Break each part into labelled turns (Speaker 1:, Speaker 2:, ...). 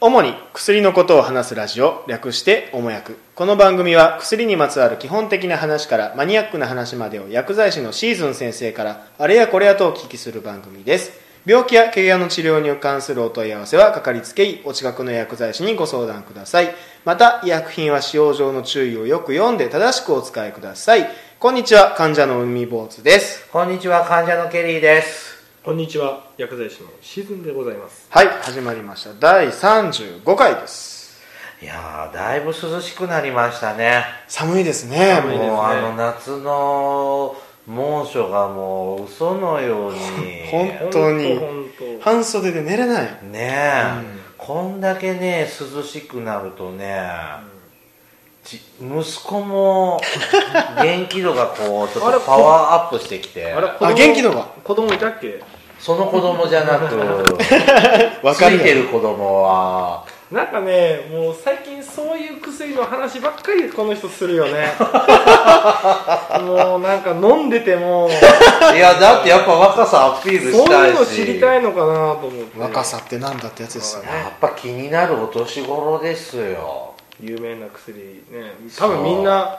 Speaker 1: 主に薬のことを話すラジオ略しておもやくこの番組は薬にまつわる基本的な話からマニアックな話までを薬剤師のシーズン先生からあれやこれやとお聞きする番組です病気や怪我の治療に関するお問い合わせはかかりつけ医お近くの薬剤師にご相談くださいまた医薬品は使用上の注意をよく読んで正しくお使いくださいこんにちは患者の海坊主です
Speaker 2: こんにちは、患者のケリーです。
Speaker 3: こんにちは薬剤師のシーズンでございます
Speaker 1: はい始まりました第35回です
Speaker 2: いやー、だいぶ涼しくなりましたね。
Speaker 1: 寒いですね
Speaker 3: 寒いですね
Speaker 1: も
Speaker 2: もうあの夏の猛暑がもう嘘のように。
Speaker 1: ほん
Speaker 2: ね
Speaker 1: 本当に
Speaker 3: 本当
Speaker 1: う
Speaker 3: 本
Speaker 1: 半袖で寝れない
Speaker 2: え、こんだけね、涼しくなるとね、ち息子も元気度がこう、ちょっとパワーアップしてきて
Speaker 3: 当、ら子供
Speaker 1: あ元気のが
Speaker 3: 子供いたっけ
Speaker 2: その子供じゃな く、
Speaker 1: わ
Speaker 2: つ
Speaker 1: かる
Speaker 2: い
Speaker 1: よ
Speaker 2: てる子供は、
Speaker 3: なんかねもう最近そういう薬の話ばっかりこの人する よねもうなんか飲んでても
Speaker 2: いや、だってやっぱ若さアピール
Speaker 3: そ
Speaker 2: し
Speaker 3: う
Speaker 2: た
Speaker 3: い
Speaker 2: いうし。
Speaker 3: の知りたいのかなと思って
Speaker 1: 若さってなんだってやつですよね
Speaker 2: やっぱ気になるお年頃ですよ
Speaker 3: 有名な薬ね多分みんな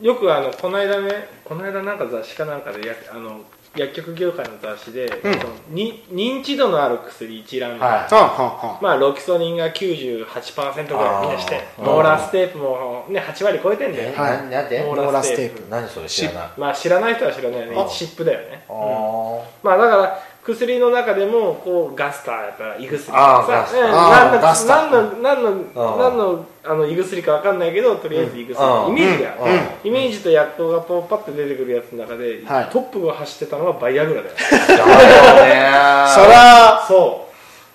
Speaker 3: よくあのこの間ねこの間なんか雑誌かなんかでやあの薬局業界の雑誌で、
Speaker 1: うん
Speaker 3: そのに認知度のある薬一覧みたいな、
Speaker 1: は
Speaker 2: は
Speaker 1: んはんはん
Speaker 3: まあ、ロキソニンが98%ぐらいみんなして
Speaker 2: あー
Speaker 3: モーラーステープも、ね、8割超えてん
Speaker 2: い
Speaker 3: だよ
Speaker 2: え
Speaker 3: ね
Speaker 1: はい
Speaker 2: ななんで
Speaker 3: モ
Speaker 1: ローラーステー
Speaker 3: モーラーステー
Speaker 1: プ
Speaker 3: プ
Speaker 2: 何それ知らない
Speaker 3: まあ知らない人は知らないよね
Speaker 2: あ
Speaker 3: シップだよね
Speaker 2: あー
Speaker 3: まあだから薬の中でもこうガスターやったら胃薬と
Speaker 2: あーガ
Speaker 3: か
Speaker 2: スター
Speaker 3: うん
Speaker 1: あー
Speaker 3: なん
Speaker 1: ガスター
Speaker 3: の何の何
Speaker 2: あ
Speaker 3: の
Speaker 2: ー
Speaker 3: 何のあの胃薬かわかんないけどとりあえず胃薬
Speaker 2: うん
Speaker 3: イメージが
Speaker 2: うんうん
Speaker 3: イメージと薬効がこうパッと出てくるやつの中で
Speaker 1: はい
Speaker 3: トップを走ってたのはバイアグラだよ
Speaker 2: だ
Speaker 1: そ
Speaker 2: よね
Speaker 1: ら
Speaker 3: そ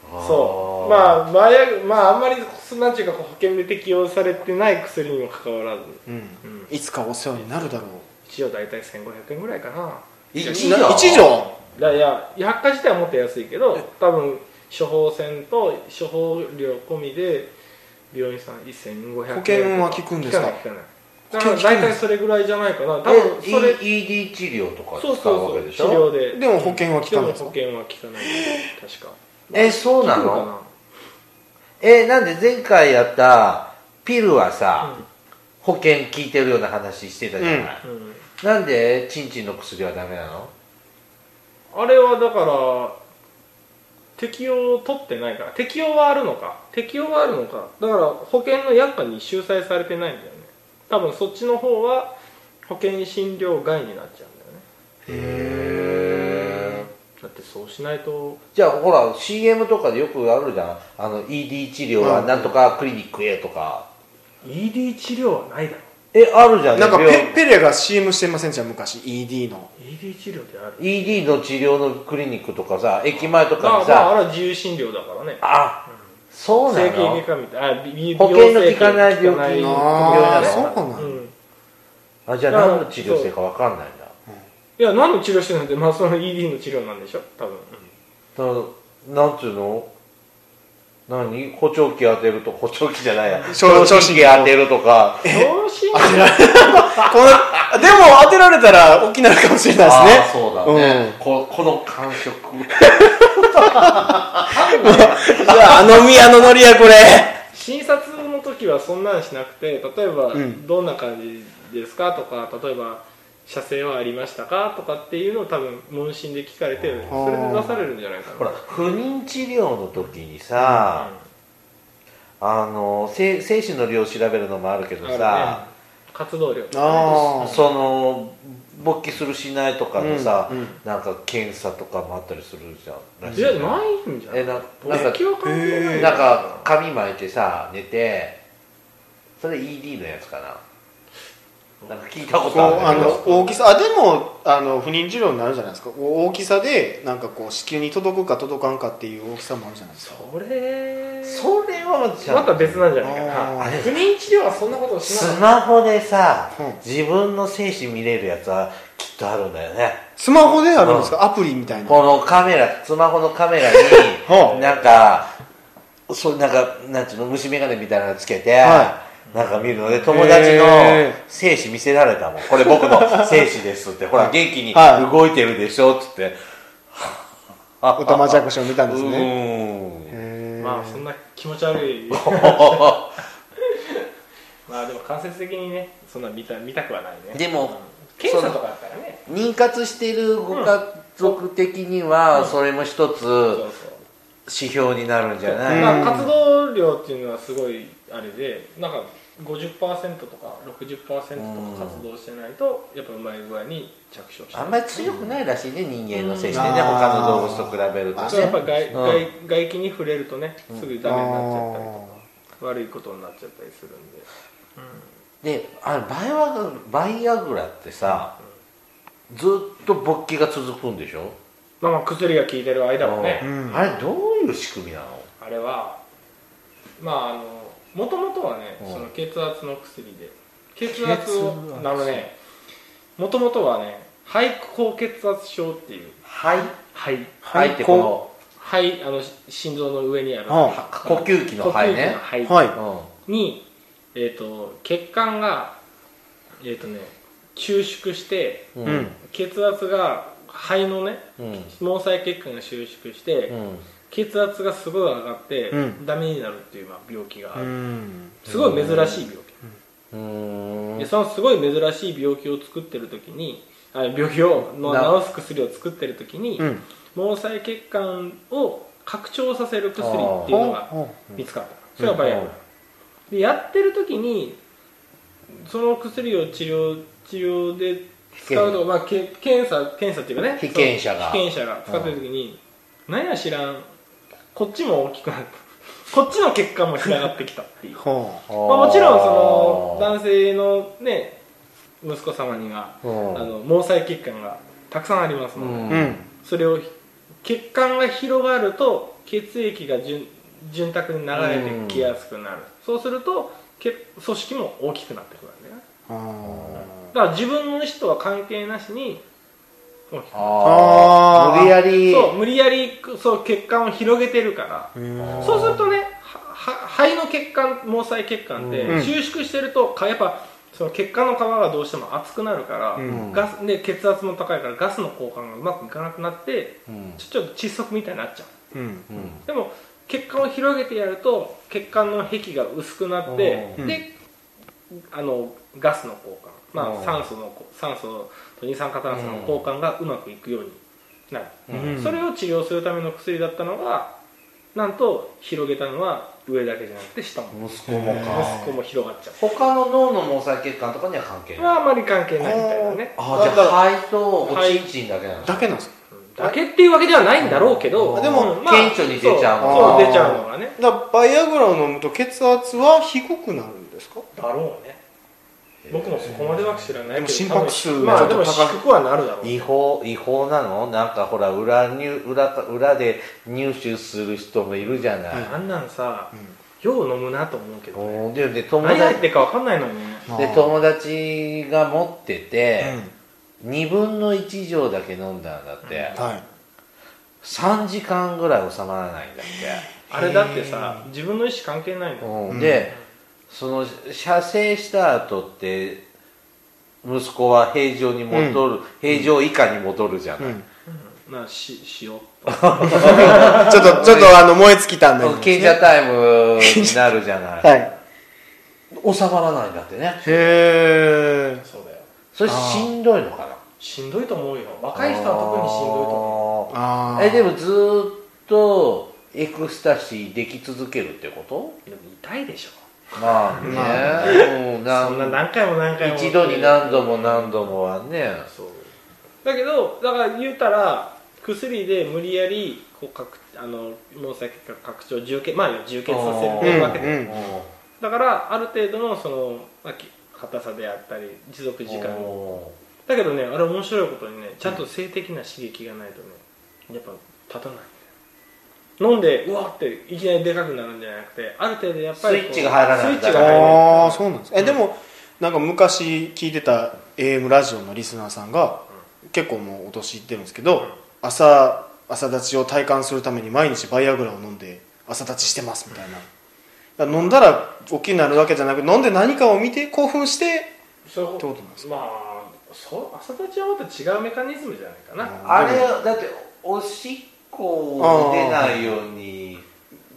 Speaker 3: う
Speaker 2: あー
Speaker 3: そうまあバイアグまああんまりなんていうかこう保険で適用されてない薬にもかかわらず
Speaker 1: うん
Speaker 3: うん
Speaker 1: いつかお世話になるだろう
Speaker 3: 一応大体1500円ぐらいかな
Speaker 2: 一
Speaker 1: な
Speaker 2: 一錠
Speaker 1: 一錠
Speaker 3: だからいや薬価自体はもっと安いけど多分処方箋と処方料込みで病院さん1500円
Speaker 1: 保険は効くんですか
Speaker 3: 効かない効かないだから大体それぐらいじゃないかな多分
Speaker 2: で
Speaker 3: それ
Speaker 2: ED 治療とか
Speaker 3: そう
Speaker 2: 使うわ
Speaker 3: そ
Speaker 2: け
Speaker 3: う
Speaker 2: でし
Speaker 3: 治
Speaker 2: ょ
Speaker 3: 療で
Speaker 1: でも保険は効
Speaker 3: で
Speaker 1: か
Speaker 3: も
Speaker 1: ない
Speaker 3: 保
Speaker 1: ですか
Speaker 3: 険は効かない確か
Speaker 2: えそうな
Speaker 3: 効く
Speaker 2: のえなんで前回やったピルはさ、
Speaker 3: うん
Speaker 2: 保険効いてるような話してたじゃない、
Speaker 3: かなうん
Speaker 2: なんでチンチンの薬はダメなの
Speaker 3: あれはだから適用を取ってないから適用はあるのか適用はあるのかだから保険の薬価に収載されてないんだよね多分そっちの方は保険診療外になっちゃうんだよね
Speaker 2: へえ
Speaker 3: だってそうしないと
Speaker 2: じゃあほら CM とかでよくあるじゃんあの ED 治療はなんとかクリニックへとか、
Speaker 3: ED 治療はないだろ
Speaker 2: えあるじゃん
Speaker 1: なんか
Speaker 2: 病
Speaker 1: ペペレが CM してませんじゃん昔 ED の
Speaker 3: ED 治療ってある
Speaker 2: ED の治療のクリニックとかさ駅前と
Speaker 3: ま
Speaker 2: か
Speaker 3: あ
Speaker 2: に
Speaker 3: まああ
Speaker 2: さ
Speaker 3: れは自由診療だからね
Speaker 2: あそうな
Speaker 3: 整形外
Speaker 2: の
Speaker 3: 科みたいなあ美美
Speaker 2: 保険の
Speaker 3: 容整
Speaker 2: 効
Speaker 3: 形
Speaker 2: かない病気
Speaker 3: 効かな
Speaker 2: あー
Speaker 3: い病気だね
Speaker 1: そうなの
Speaker 3: ん
Speaker 2: あじゃあ何の治療してるか分かんないんだ
Speaker 3: いや何の治療してるのってまあその ED の治療なんでしょ多分、
Speaker 2: そのなんつうの何補聴器当てると補聴器じゃないや
Speaker 1: 聴
Speaker 2: 聴診器当てるとか
Speaker 3: 脳神経
Speaker 1: 当てられこのでも当てられたら大きなるかもしれない
Speaker 2: あー
Speaker 1: で
Speaker 2: そうだね、
Speaker 1: う
Speaker 2: ここの感 触
Speaker 1: すねじゃああのみあのノリやこれ
Speaker 3: 診察の時はそんなんしなくて例えば、
Speaker 1: うん
Speaker 3: どんな感じですかとか例えば射精はありましたかとかっていうのを多分問診で聞かれてそれで出されるんじゃないかな
Speaker 2: ほら不妊治療の時にさ、あの精精子の量を調べるのもあるけど
Speaker 3: うん
Speaker 2: さ、
Speaker 3: あるね活動量
Speaker 1: あー
Speaker 2: その勃起するしないとかのさ、
Speaker 1: うんうん
Speaker 2: なんか検査とかもあったりするじゃん
Speaker 3: いやないんじゃない
Speaker 2: えななんか
Speaker 3: 勃起は関係ない
Speaker 2: なんか紙巻いてさ寝てそれ ED のやつかななんか聞いたこ
Speaker 1: こと
Speaker 2: ある
Speaker 1: うあ
Speaker 2: んだけ
Speaker 1: の
Speaker 2: ど
Speaker 1: 大きさあでもあの不妊治療になるじゃないですかお大きさでなんかこう子宮に届くか届かんかっていう大きさもあるじゃないですか
Speaker 3: それ
Speaker 2: それはじゃん
Speaker 3: また別なんじゃないか
Speaker 1: あ
Speaker 3: な
Speaker 2: ー
Speaker 3: 不妊治療はそんなことをしな
Speaker 2: ス
Speaker 3: い
Speaker 2: マホでさ、
Speaker 1: うん
Speaker 2: 自分の精子見れるやつはきっとあるんだよね
Speaker 1: スマホであるんですかアプリみたいな
Speaker 2: このカメラスマホのカメラ
Speaker 1: はあ
Speaker 2: になんかそうなんかなんていうの虫眼鏡みたいなのつけて、
Speaker 1: は
Speaker 2: なんか見るので友達
Speaker 1: へ
Speaker 2: の
Speaker 1: え
Speaker 2: 精子見せられたもんこれ僕の精子ですってほら元気に
Speaker 1: はい
Speaker 2: 動いてるでしょっつって
Speaker 1: オタマジャクシを見たんですね
Speaker 2: うー
Speaker 1: へ
Speaker 2: ん
Speaker 1: ね
Speaker 3: まあそんな気持ち 悪いまあでも間接的にねそんな見た見たくはないね
Speaker 2: でも
Speaker 3: うん検査とかだからね
Speaker 2: 妊活してるご家族的には、それも一
Speaker 3: そう
Speaker 2: つ
Speaker 3: そう
Speaker 2: 指標になるんじゃない、
Speaker 1: うん
Speaker 3: まあ、活動量っていうのはすごいあれでなんか50%とか60%とか活動してないとやっぱうまい具合に着床して
Speaker 2: あん
Speaker 3: り
Speaker 2: まり強くないらしいね、人間の精子で
Speaker 1: うん
Speaker 2: ね、他の動物と比べると
Speaker 1: あ
Speaker 3: や
Speaker 2: ね
Speaker 3: っぱ外,、
Speaker 2: うん
Speaker 3: 外外気に触れるとねすぐダメになっちゃったりと
Speaker 1: あー
Speaker 3: か悪いことになっちゃったりするんで、
Speaker 2: であのバイアグバイアグラってさずっと勃起が続くんでしょ、
Speaker 3: まあまあ薬が効いてる間もね、
Speaker 1: うん
Speaker 2: あれどういう仕組みなの
Speaker 3: あれはまああのもともとはね、
Speaker 2: うん
Speaker 3: その血圧の薬で血圧を
Speaker 1: 血圧
Speaker 3: あのねもともとはね肺高血圧症っていう
Speaker 2: 肺
Speaker 3: 肺
Speaker 2: 肺ってこの
Speaker 3: 肺あのし心臓の上にある
Speaker 1: あ
Speaker 2: は呼吸器の肺ね
Speaker 3: 呼吸器の肺
Speaker 1: はい
Speaker 3: に、えっと血管がえっ、とね収縮して
Speaker 2: う
Speaker 1: うん
Speaker 3: 血圧が肺のね
Speaker 2: うん
Speaker 3: 毛細血管が収縮して、
Speaker 2: うん
Speaker 3: 血圧がすごい上がって、
Speaker 1: うん
Speaker 3: ダメになるっていう、まあ、病気があ
Speaker 1: う
Speaker 3: る、
Speaker 1: ん
Speaker 3: すごい珍しい病気、
Speaker 2: うーん
Speaker 3: でそのすごい珍しい病気を作ってる時にあ病気をの
Speaker 2: な
Speaker 3: 治す薬を作ってる時に、
Speaker 1: うん
Speaker 3: 毛細血管を拡張させる薬っていうのが
Speaker 1: ほ
Speaker 3: 見つかったそれはバイアグラでやってる時にその薬を治療治療で使うと、まあ、け検査検査っていうかね
Speaker 2: 被験者が
Speaker 3: その被験者が使ってる時に何や知らんこっちも大きくなった こっちの血管も広がってきたっていう
Speaker 1: う、ほう
Speaker 2: ま
Speaker 3: まあ、もちろんその男性のね息子様にはあ
Speaker 2: うん
Speaker 3: の毛細血管がたくさんありますので、
Speaker 2: うん
Speaker 1: うん
Speaker 3: それを血管が広がると血液が潤潤沢に流れてきやすくなる、そうすると血組織も大きくなってくるんだよね
Speaker 1: あ
Speaker 3: だから自分の意思とは関係なしに大きくな
Speaker 2: あ
Speaker 1: あ
Speaker 2: あ
Speaker 1: ー
Speaker 2: 無理やり
Speaker 3: るそう無理やりそう血管を広げてるから
Speaker 1: ーうん
Speaker 3: そうするとねはは肺の血管毛細血管って
Speaker 1: うん
Speaker 3: 収縮してるとかやっぱその血管の皮がどうしても熱くなるから、
Speaker 1: うん
Speaker 3: ガスで血圧も高いからガスの交換がうまくいかなくなって
Speaker 2: うん
Speaker 3: ちょっと窒息みたいになっちゃう
Speaker 1: うん
Speaker 2: うん
Speaker 3: でも血管を広げてやると血管の壁が薄くなって
Speaker 1: うん
Speaker 3: であのガスの交換、ま
Speaker 2: う
Speaker 3: あ、
Speaker 2: ん
Speaker 3: 酸素のこ酸素と二酸化炭素の交換がうまくいくようになる、
Speaker 2: うん
Speaker 1: うん
Speaker 3: それを治療するための薬だったのがなんと広げたのは上だけじゃなくて下も
Speaker 2: 息子も
Speaker 1: あー
Speaker 2: か
Speaker 3: 息子も広がっちゃう
Speaker 2: 他の脳の毛細血管とかには関係
Speaker 3: そ
Speaker 2: ない
Speaker 3: れはあまり関係ないみたいなね
Speaker 2: あーじ
Speaker 1: だ
Speaker 2: ゃあ肺とおちんちんだけなの
Speaker 1: だけなんですか
Speaker 3: うんだけっていうわけではないんだろうけど、
Speaker 2: うん
Speaker 1: でも
Speaker 3: うん
Speaker 2: 顕著に出ちゃう
Speaker 3: そう
Speaker 1: あー
Speaker 3: そう出ちゃうのがね
Speaker 1: だからバイアグラを飲むと血圧は低くなるんですか
Speaker 3: だろうね僕もそこまでは知らな
Speaker 1: で
Speaker 3: いけど
Speaker 1: も心拍数
Speaker 3: 多分
Speaker 1: が
Speaker 3: ま
Speaker 1: ちょ
Speaker 3: あ
Speaker 1: っ
Speaker 3: で
Speaker 1: と
Speaker 3: も
Speaker 1: 高い
Speaker 3: 低くはなるだろう
Speaker 2: 違法違法なのなんかほら裏に裏か裏で入手する人もいるじゃない、
Speaker 3: あんなんさ
Speaker 1: うん
Speaker 3: よう飲むなと思うけどね
Speaker 2: うんでで友
Speaker 3: 何入っ
Speaker 2: 達
Speaker 3: てるか分かんないのにね
Speaker 1: あー
Speaker 2: で友達が持って
Speaker 1: う
Speaker 2: て、
Speaker 1: ん
Speaker 2: 2分の1錠だけ飲んだんだって、
Speaker 1: はい
Speaker 2: 3時間ぐらい収まらないんだっ
Speaker 3: あれだってさ自分の意思関係ない
Speaker 2: て、
Speaker 3: の
Speaker 2: うん
Speaker 1: うん
Speaker 2: でその射精した後って息子は平常に戻る、平常以下に戻るじゃない、
Speaker 1: うん
Speaker 3: なししよう
Speaker 1: ちょっとちょっとあの燃え尽きたんだ
Speaker 2: 賢者タイムになるじゃない、
Speaker 1: はいへ
Speaker 2: 収まらないんだってね
Speaker 1: え
Speaker 3: そうだよ
Speaker 2: それしんどいのかな
Speaker 3: しんどいと思うよ若い人は特にしんどいと思
Speaker 2: 思
Speaker 1: あー
Speaker 2: えでもずーっとエクスタシーでき続けるってこ
Speaker 3: うでも痛いでしょ
Speaker 2: とまあね、
Speaker 1: ま
Speaker 2: うんな
Speaker 3: そ
Speaker 2: ん
Speaker 3: んな何回も何回も
Speaker 2: 一度に何度も何度もはね
Speaker 3: そうだけどだから言うたら薬で無理やりこうかくあの毛細血管拡張充血まあ充血させるわけで
Speaker 1: うんうん
Speaker 3: だからある程度のその、まあ、き硬さであったり持続時間を
Speaker 2: を
Speaker 3: だけどねあれ面白いことにねちゃんと性的な刺激がないとねやっぱ立たない飲んでうわっていきなりでかくなるんじゃなくてある程度やっぱりこう
Speaker 2: スイッチが入らない
Speaker 3: スイッチが入
Speaker 1: ああ
Speaker 3: る
Speaker 1: そうなんですえでもなんか昔聞いてた AM ラジオのリスナーさんが結構もうお年いってるんですけど朝朝立ちを体感するために毎日バイアグラを飲んで朝立ちしてますみたいなだから飲んだら大きくなるわけじゃなく飲んで何かを見て興奮して
Speaker 3: そういう
Speaker 1: ってことなんです
Speaker 3: まあそう朝立ちはまた違うメカニズムじゃないかな、
Speaker 1: うん
Speaker 2: あれだっておしっこを出ないように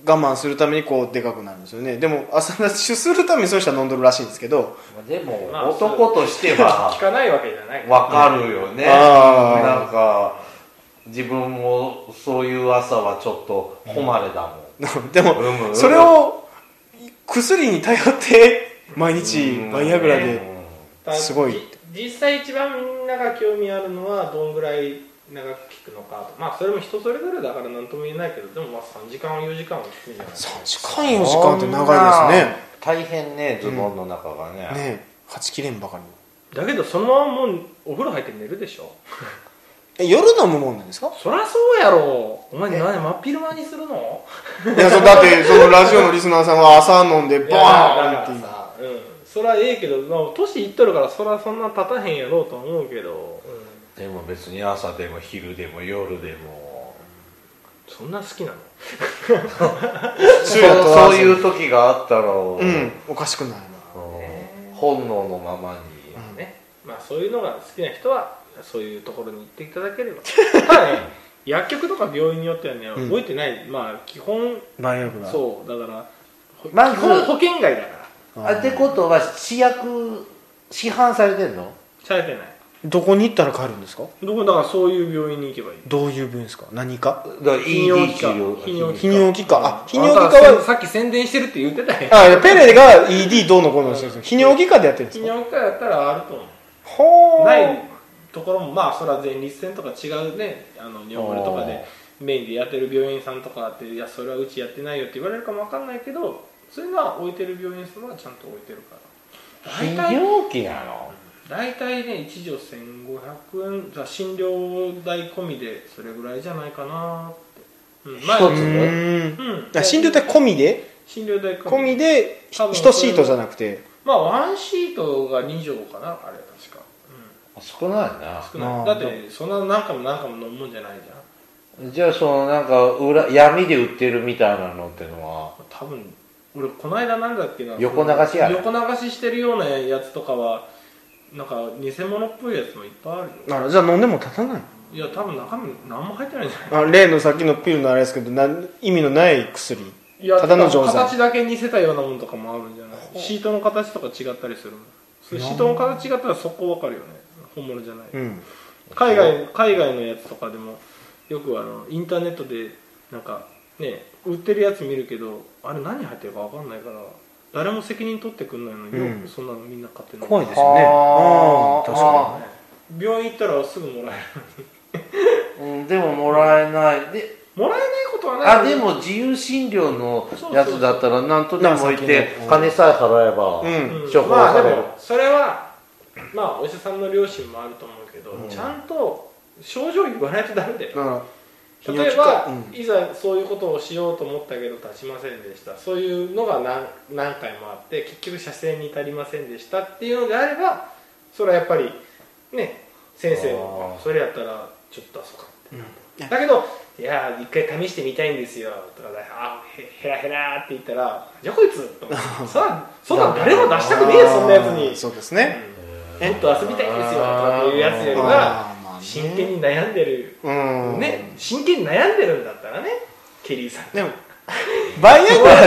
Speaker 1: 我慢するためにこうでかくなるんですよねでも朝立ちするためにそういう人は飲んどるらしいんですけど
Speaker 2: でも
Speaker 3: まあ
Speaker 2: 男として
Speaker 3: 聞
Speaker 2: は
Speaker 3: かないわけじゃない
Speaker 2: わかるよね、
Speaker 1: うんあー
Speaker 2: なんか自分もそういう朝はちょっと誉れだもん、
Speaker 1: でも
Speaker 2: うんうんうん
Speaker 1: それを薬に頼って毎日バイアグラで
Speaker 3: だ
Speaker 1: すごい
Speaker 3: じ実際一番みんなが興味あるのはどんぐらい長く聞くのかとまあそれも人それぞれだから何とも言えないけどでもまあ3時間4時間は聞くんじゃない
Speaker 1: 3時間4時間って長いですね
Speaker 2: すね大変ねズボンの中がね,、
Speaker 1: ねえはちきれんばかりに
Speaker 3: だけどそのままもうお風呂入って寝るでしょ
Speaker 1: え夜飲むもんなんですか
Speaker 3: そりゃそうやろお前何真っ昼間にするの
Speaker 1: いやそうだってそのラジオのリスナーさんは朝飲んで
Speaker 3: いや
Speaker 1: バーンってい
Speaker 3: だ
Speaker 1: う
Speaker 3: からさうんそりゃええけど、まあ、年いっとるからそりゃそんな立たへんやろうとは思うけど、
Speaker 2: でも別に朝でも昼でも夜でも
Speaker 3: そんな好きなの
Speaker 2: そう
Speaker 1: 昼夜問わ
Speaker 2: そう
Speaker 1: ず
Speaker 2: いう時があったら、う
Speaker 1: うん
Speaker 2: ん
Speaker 1: おかしくないな
Speaker 2: 本能のままに、
Speaker 1: うん
Speaker 3: ねまあ、そういうのが好きな人はそういうところに行っていただけ ればただね薬局とか病院によってはね
Speaker 1: うん
Speaker 3: 覚えてない、まあ基本
Speaker 1: バイアグラ
Speaker 3: そうだからほ
Speaker 2: まず
Speaker 3: 基本保険外だから
Speaker 1: うん
Speaker 2: あってことは試薬市販されてんの
Speaker 3: されてない
Speaker 1: どこに行ったら帰るんですか
Speaker 3: どこだからそういう病院に行けばいい
Speaker 1: どういう分ですか何か
Speaker 2: だから
Speaker 3: 泌尿器科
Speaker 2: ED 治
Speaker 3: 泌
Speaker 2: 療
Speaker 3: 尿器
Speaker 1: 泌尿器科あ泌
Speaker 3: あ
Speaker 1: 尿器
Speaker 3: ん
Speaker 1: 科
Speaker 3: た
Speaker 1: は
Speaker 3: さっき宣伝してるって言ってたやん
Speaker 1: あいやペレが ED どうのこうのしてるんですよ泌尿器科でやってるんです
Speaker 3: 泌
Speaker 1: か
Speaker 3: 尿器科やったらあると思
Speaker 1: ほ
Speaker 3: う
Speaker 1: ー
Speaker 3: ないところもまあそれは前立腺とか違うねあの尿漏れとかでメインでやってる病院さんとかあっていやそれはうちやってないよって言われるかもわかんないけどそういうのは置いてる病院さんはちゃんと置いてるから大
Speaker 2: 泌
Speaker 3: 体
Speaker 2: 尿器なの
Speaker 3: 大体ね1錠1500円じゃあ診療代込みでそれぐらいじゃないかなって、うんまあ
Speaker 2: 一
Speaker 1: う
Speaker 2: つ
Speaker 1: ーん
Speaker 3: うん
Speaker 1: あ診療代込みで
Speaker 3: 診療代込
Speaker 1: 込
Speaker 3: み
Speaker 1: みで
Speaker 3: 多分
Speaker 1: 1シートじゃなくて
Speaker 3: まあワンシートが2錠かなあれ確か、う、
Speaker 2: 少ないなん
Speaker 3: 少な
Speaker 1: あ
Speaker 3: い
Speaker 1: ー
Speaker 3: だってそんな何回も何回も飲むもんじゃないじゃん
Speaker 2: じゃあそのなんか裏闇で売ってるみたいなのってのは
Speaker 3: 多分俺この間なんだっけな
Speaker 2: 横流しやね
Speaker 3: 横流ししてるようなやつとかはなんか偽物っぽいやつもいっぱいあるよ
Speaker 1: あらじゃあ飲んでも立たない
Speaker 3: いや多分中身何も入ってないんじゃない
Speaker 1: あ例のさっきのピルのあれですけどなん意味のない薬
Speaker 3: いや
Speaker 1: ただの錠剤
Speaker 3: 形だけ似せたようなものとかもあるんじゃないシートの形とか違ったりするもんそれシートの形違ったら速攻わかるよね本物じゃない、
Speaker 1: うん
Speaker 3: 海外海外のやつとかでもよくあのインターネットでなんかね売ってるやつ見るけどあれ何入ってるかわかんないから誰も責任取ってくんないのに、
Speaker 1: うん
Speaker 3: よくそんなのみんな買ってる
Speaker 1: 怖いです
Speaker 2: は
Speaker 1: よね
Speaker 2: あ
Speaker 1: うん確か
Speaker 3: 病院行ったらすぐもらえる
Speaker 2: うんでももらえないで
Speaker 3: もらえないことはない
Speaker 2: あでも自由診療のやつだったらなんとで
Speaker 1: そう
Speaker 2: も
Speaker 1: そう
Speaker 2: いて
Speaker 1: 情けない
Speaker 2: 金さえ払えば、
Speaker 1: にう
Speaker 3: うんん
Speaker 2: 処方
Speaker 3: まあ
Speaker 2: さ
Speaker 3: で
Speaker 2: れる
Speaker 3: もそれはまあお医者さんの良心もあると思うけど、
Speaker 2: うん
Speaker 3: ちゃんと症状言わないとダメだよ
Speaker 1: だから
Speaker 3: 例えば、
Speaker 1: うん
Speaker 3: いざそういうことをしようと思ったけど立ちませんでしたそういうのが何何回もあって結局射精に至りませんでしたっていうのであればそれはやっぱりね先生も
Speaker 2: あー
Speaker 3: それやったらちょっと出そうか
Speaker 1: うん
Speaker 3: ってだけど「いやー一回試してみたいんですよ」とか「あへへらへら」って言ったら「じゃあこいつ」 とか「そらそんなん誰も出したくねえよそんなやつに」
Speaker 1: そうですね
Speaker 3: うんもっと遊びたいんですよ」とかいうやつより
Speaker 1: あ
Speaker 3: は
Speaker 1: ーまあね
Speaker 3: 真剣に悩んでる
Speaker 1: うん
Speaker 3: ね、真剣に悩んでるんだったらねケリーさん
Speaker 1: でもバイアグラ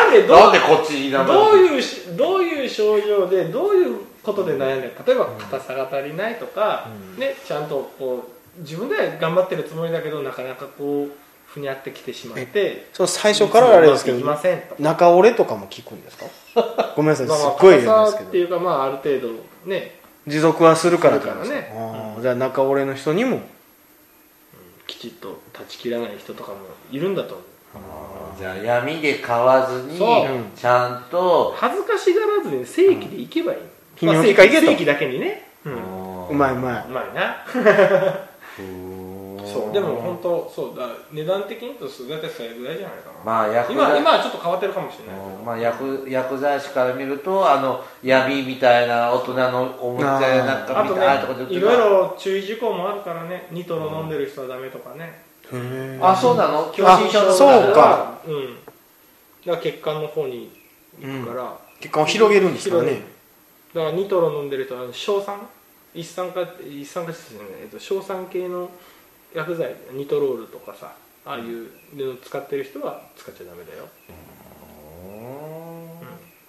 Speaker 3: なんで
Speaker 2: な
Speaker 3: ど
Speaker 2: ん
Speaker 3: う
Speaker 2: でこっちに名前
Speaker 3: どういうしどういう症状でどういうことで悩んでる例えば硬さが足りないとか、
Speaker 1: うん
Speaker 3: ね、ちゃんとこう自分では頑張ってるつもりだけどなかなかこうふにゃってきてしまって
Speaker 1: その最初からあれですけ
Speaker 3: う
Speaker 1: ど
Speaker 3: まくいきませんと。
Speaker 1: 中折れとかも効くんですかごめんなさいすっ
Speaker 3: まあまあ
Speaker 1: ごい言うん
Speaker 3: 硬
Speaker 1: です
Speaker 3: さ
Speaker 1: け
Speaker 3: っ
Speaker 1: ど
Speaker 3: ていうか、まあ、ある程度ね
Speaker 1: 持続はするからってことです
Speaker 3: するからね
Speaker 1: あーじゃあ中折れの人にも
Speaker 3: きちっと断ち切らない人とかもいるんだと思う
Speaker 2: じゃあ闇で買わずに
Speaker 3: そう
Speaker 2: ちゃんと、
Speaker 3: 恥ずかしがらずに正規で行けばいい、
Speaker 1: 泌
Speaker 3: まあ
Speaker 1: 尿
Speaker 3: 正
Speaker 1: 器科行け
Speaker 3: 規
Speaker 1: と
Speaker 3: 正規だけにね、うん、う
Speaker 1: うまいうまい
Speaker 3: まいなそうでも本当そうだ値段的に言うと大体それぐらいじゃないかな、
Speaker 2: まあ薬
Speaker 3: 今
Speaker 2: 剤
Speaker 3: 今はちょっと変わってるかもしれないけど、
Speaker 2: うんまあ、薬薬剤師から見るとあの闇みたいな大人のおもちゃやなんか
Speaker 3: あ
Speaker 2: み
Speaker 3: と
Speaker 2: たいなとこで売っ
Speaker 3: ね
Speaker 2: て
Speaker 3: い
Speaker 2: る
Speaker 3: ろいろ注意事項もあるからねニトロ飲んでる人はダメとかね
Speaker 1: へー
Speaker 2: あそうなの狭
Speaker 3: 狭
Speaker 2: 心
Speaker 3: 心
Speaker 2: 症
Speaker 3: 症
Speaker 2: の
Speaker 3: の
Speaker 1: そう
Speaker 3: 方
Speaker 1: か
Speaker 3: はうんだから血管の方に行くから、だか
Speaker 1: 血管を広げるんですから
Speaker 3: 広
Speaker 1: ね
Speaker 3: らニトロ飲んでる人は硝酸一酸化一酸化質じゃない、えっと、硝酸系の薬剤ニトロールとかさああいう布使ってる人は使っちゃダメだよ、うん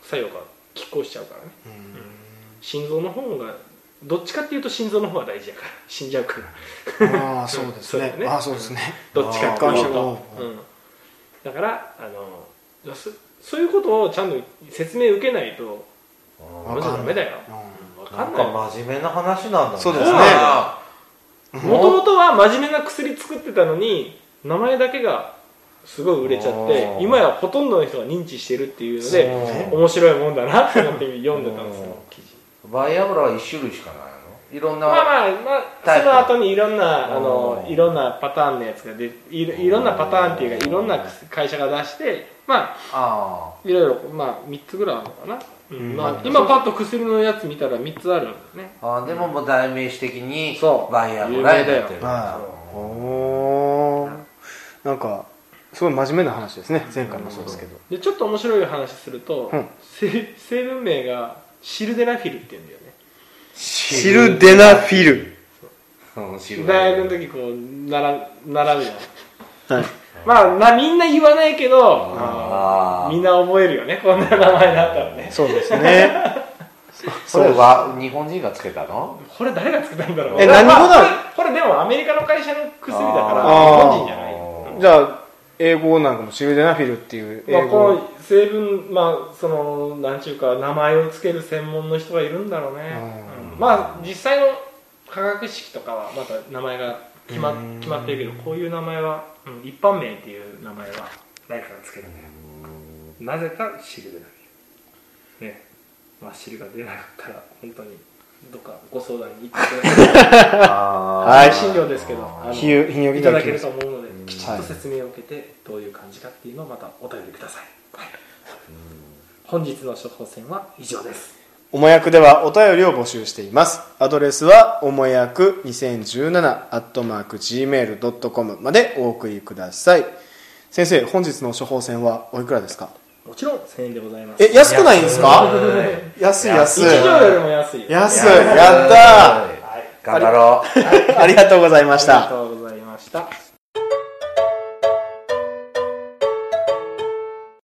Speaker 3: 作用が拮抗しちゃうからね心臓の方がどっちかっていうと心臓の方が大事やから死んじゃうから
Speaker 1: ああそうですね
Speaker 3: そうだね
Speaker 1: ああそうですね
Speaker 3: どっちかっていうと
Speaker 1: あ、ー
Speaker 3: うん、だからあのそそういうことをちゃんと説明受けないと
Speaker 1: わ
Speaker 3: これじ
Speaker 1: かんな
Speaker 3: ゃ
Speaker 1: い
Speaker 3: ダメだよ
Speaker 1: う
Speaker 3: 分か
Speaker 2: なん
Speaker 3: んない
Speaker 2: か真面目な話なんだね
Speaker 1: そうですね
Speaker 2: あ
Speaker 1: ん
Speaker 3: もともとは真面目な薬作ってたのに名前だけがすごい売れちゃっ
Speaker 2: あ
Speaker 3: て
Speaker 2: ー
Speaker 3: 今やほとんどの人が認知してるっていうので
Speaker 2: そう
Speaker 3: 面白いもんだなってなって読んでたんですよ
Speaker 2: うん
Speaker 3: 記事
Speaker 2: ーバイアブラは1種類しかないのいろんな、
Speaker 3: まあまあ、まあ、
Speaker 2: タイ
Speaker 3: そ
Speaker 2: プ
Speaker 3: の後にいろんなあの
Speaker 2: うん
Speaker 3: いろんなパターンのやつが出いろいろんなパターンっていうかいろんな会社が出してまあ
Speaker 2: あ
Speaker 3: いろいろまあ3つぐらいあるのかな、うん
Speaker 1: うん
Speaker 3: まあ、今パッと薬のやつ見たら3つあるんだよね
Speaker 2: ーあーでももう代名詞的に
Speaker 3: そう
Speaker 2: バイアブラになってる
Speaker 3: 有名
Speaker 1: んはいおーなんかすごい真面目な話ですね前回もそうですけど
Speaker 3: でちょっと面白い話すると、
Speaker 1: うん
Speaker 3: せ成分名がシルデナフィルって言うんだよね
Speaker 1: シルデナフィル
Speaker 2: うん知る
Speaker 3: 大学の時こう並ぶ並ぶじゃん
Speaker 1: はい
Speaker 3: まあなみんな言わないけど
Speaker 2: あー
Speaker 3: みんな覚えるよねこんな名前だったらね
Speaker 1: そうですね
Speaker 2: それは日本人がつけたの
Speaker 3: これ誰が作ったんだろう
Speaker 1: え
Speaker 3: まあ
Speaker 1: 何語だ
Speaker 3: これこれでもアメリカの会社の薬だから
Speaker 1: あー
Speaker 3: 日本人じゃないよ
Speaker 2: あー
Speaker 1: じゃあ英語なんかもシルデナフィルっていう
Speaker 3: まあ、
Speaker 1: 英
Speaker 3: こ
Speaker 1: 語
Speaker 3: の成分まあそのなんちゅうか名前をつける専門の人がいるんだろうね、
Speaker 1: うん
Speaker 3: うんまあ実際の化学式とかはまた名前が決ま
Speaker 1: うん
Speaker 3: 決まってるけどこういう名前は、うん一般名っていう名前は誰かがつけるんだよなぜか汁でないねまあ汁が出なかったら本当にどっかご相談に行ってください
Speaker 2: は
Speaker 1: はい
Speaker 3: 診療ですけどあの
Speaker 1: ひゆひにょぎ
Speaker 3: いた
Speaker 1: だ
Speaker 3: だけ
Speaker 1: け
Speaker 3: ると思うので
Speaker 2: うん
Speaker 3: きちっと説明を受けてどういう感じかっていうのをまたお便りください、はい本日の処方箋は以上です
Speaker 1: おもやくではお便りを募集していますアドレスはおもやく2017アットマーク Gmail.com までお送りください先生本日の処方箋はおいくらですか
Speaker 3: もちろん1000円でございます
Speaker 1: え安くないんですか 安い安い
Speaker 3: 一錠よりも安いよ
Speaker 1: 安い
Speaker 2: や
Speaker 1: やった
Speaker 2: った頑張ろう
Speaker 1: ーありがとうございまし
Speaker 3: ありが
Speaker 1: た
Speaker 3: とうございました